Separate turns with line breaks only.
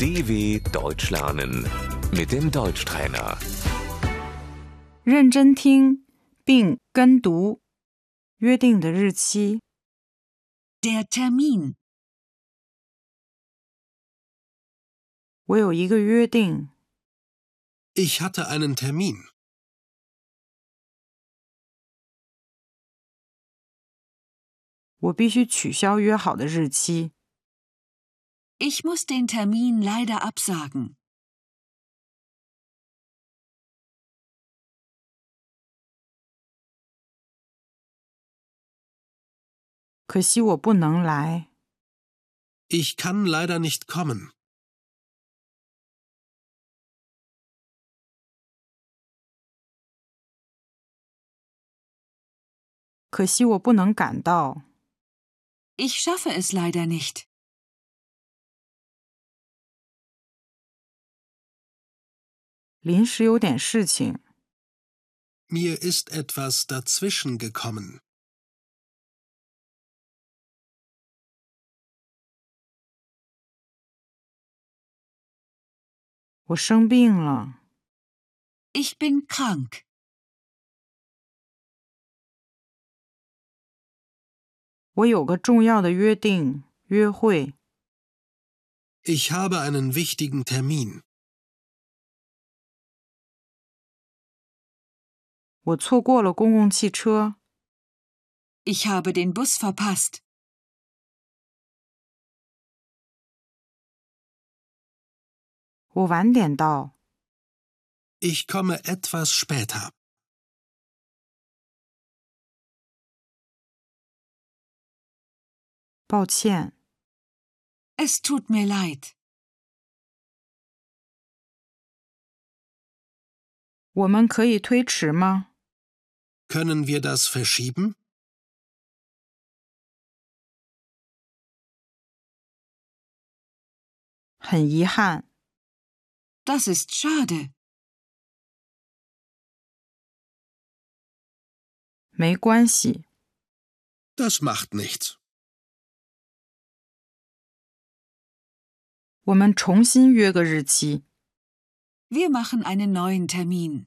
DW Deutsch lernen mit dem Deutschtrainer.
认真听并跟读约定的日期，
Der Termin.
我有一个约定，
Ich hatte einen Termin.
我必须取消约好的日期。
Ich muss den Termin leider absagen.
可惜我不能来，
Ich kann leider nicht kommen.
可惜我不能赶到，
Ich schaffe es leider nicht.
临时有点事情，
Mir ist etwas dazwischen gekommen.
我生病了，
Ich bin krank.
我有个重要的约定，约会，
Ich habe einen wichtigen Termin.
我错过了公共汽车，
Ich habe den Bus verpasst.
我晚点到，
Ich komme etwas später.
抱歉，
Es tut mir leid.
我们可以推迟吗？
Können wir das verschieben?
很遗憾，
Das ist schade.
没关系，
Das macht nichts.
我们重新约个日期。
Wir machen einen neuen Termin.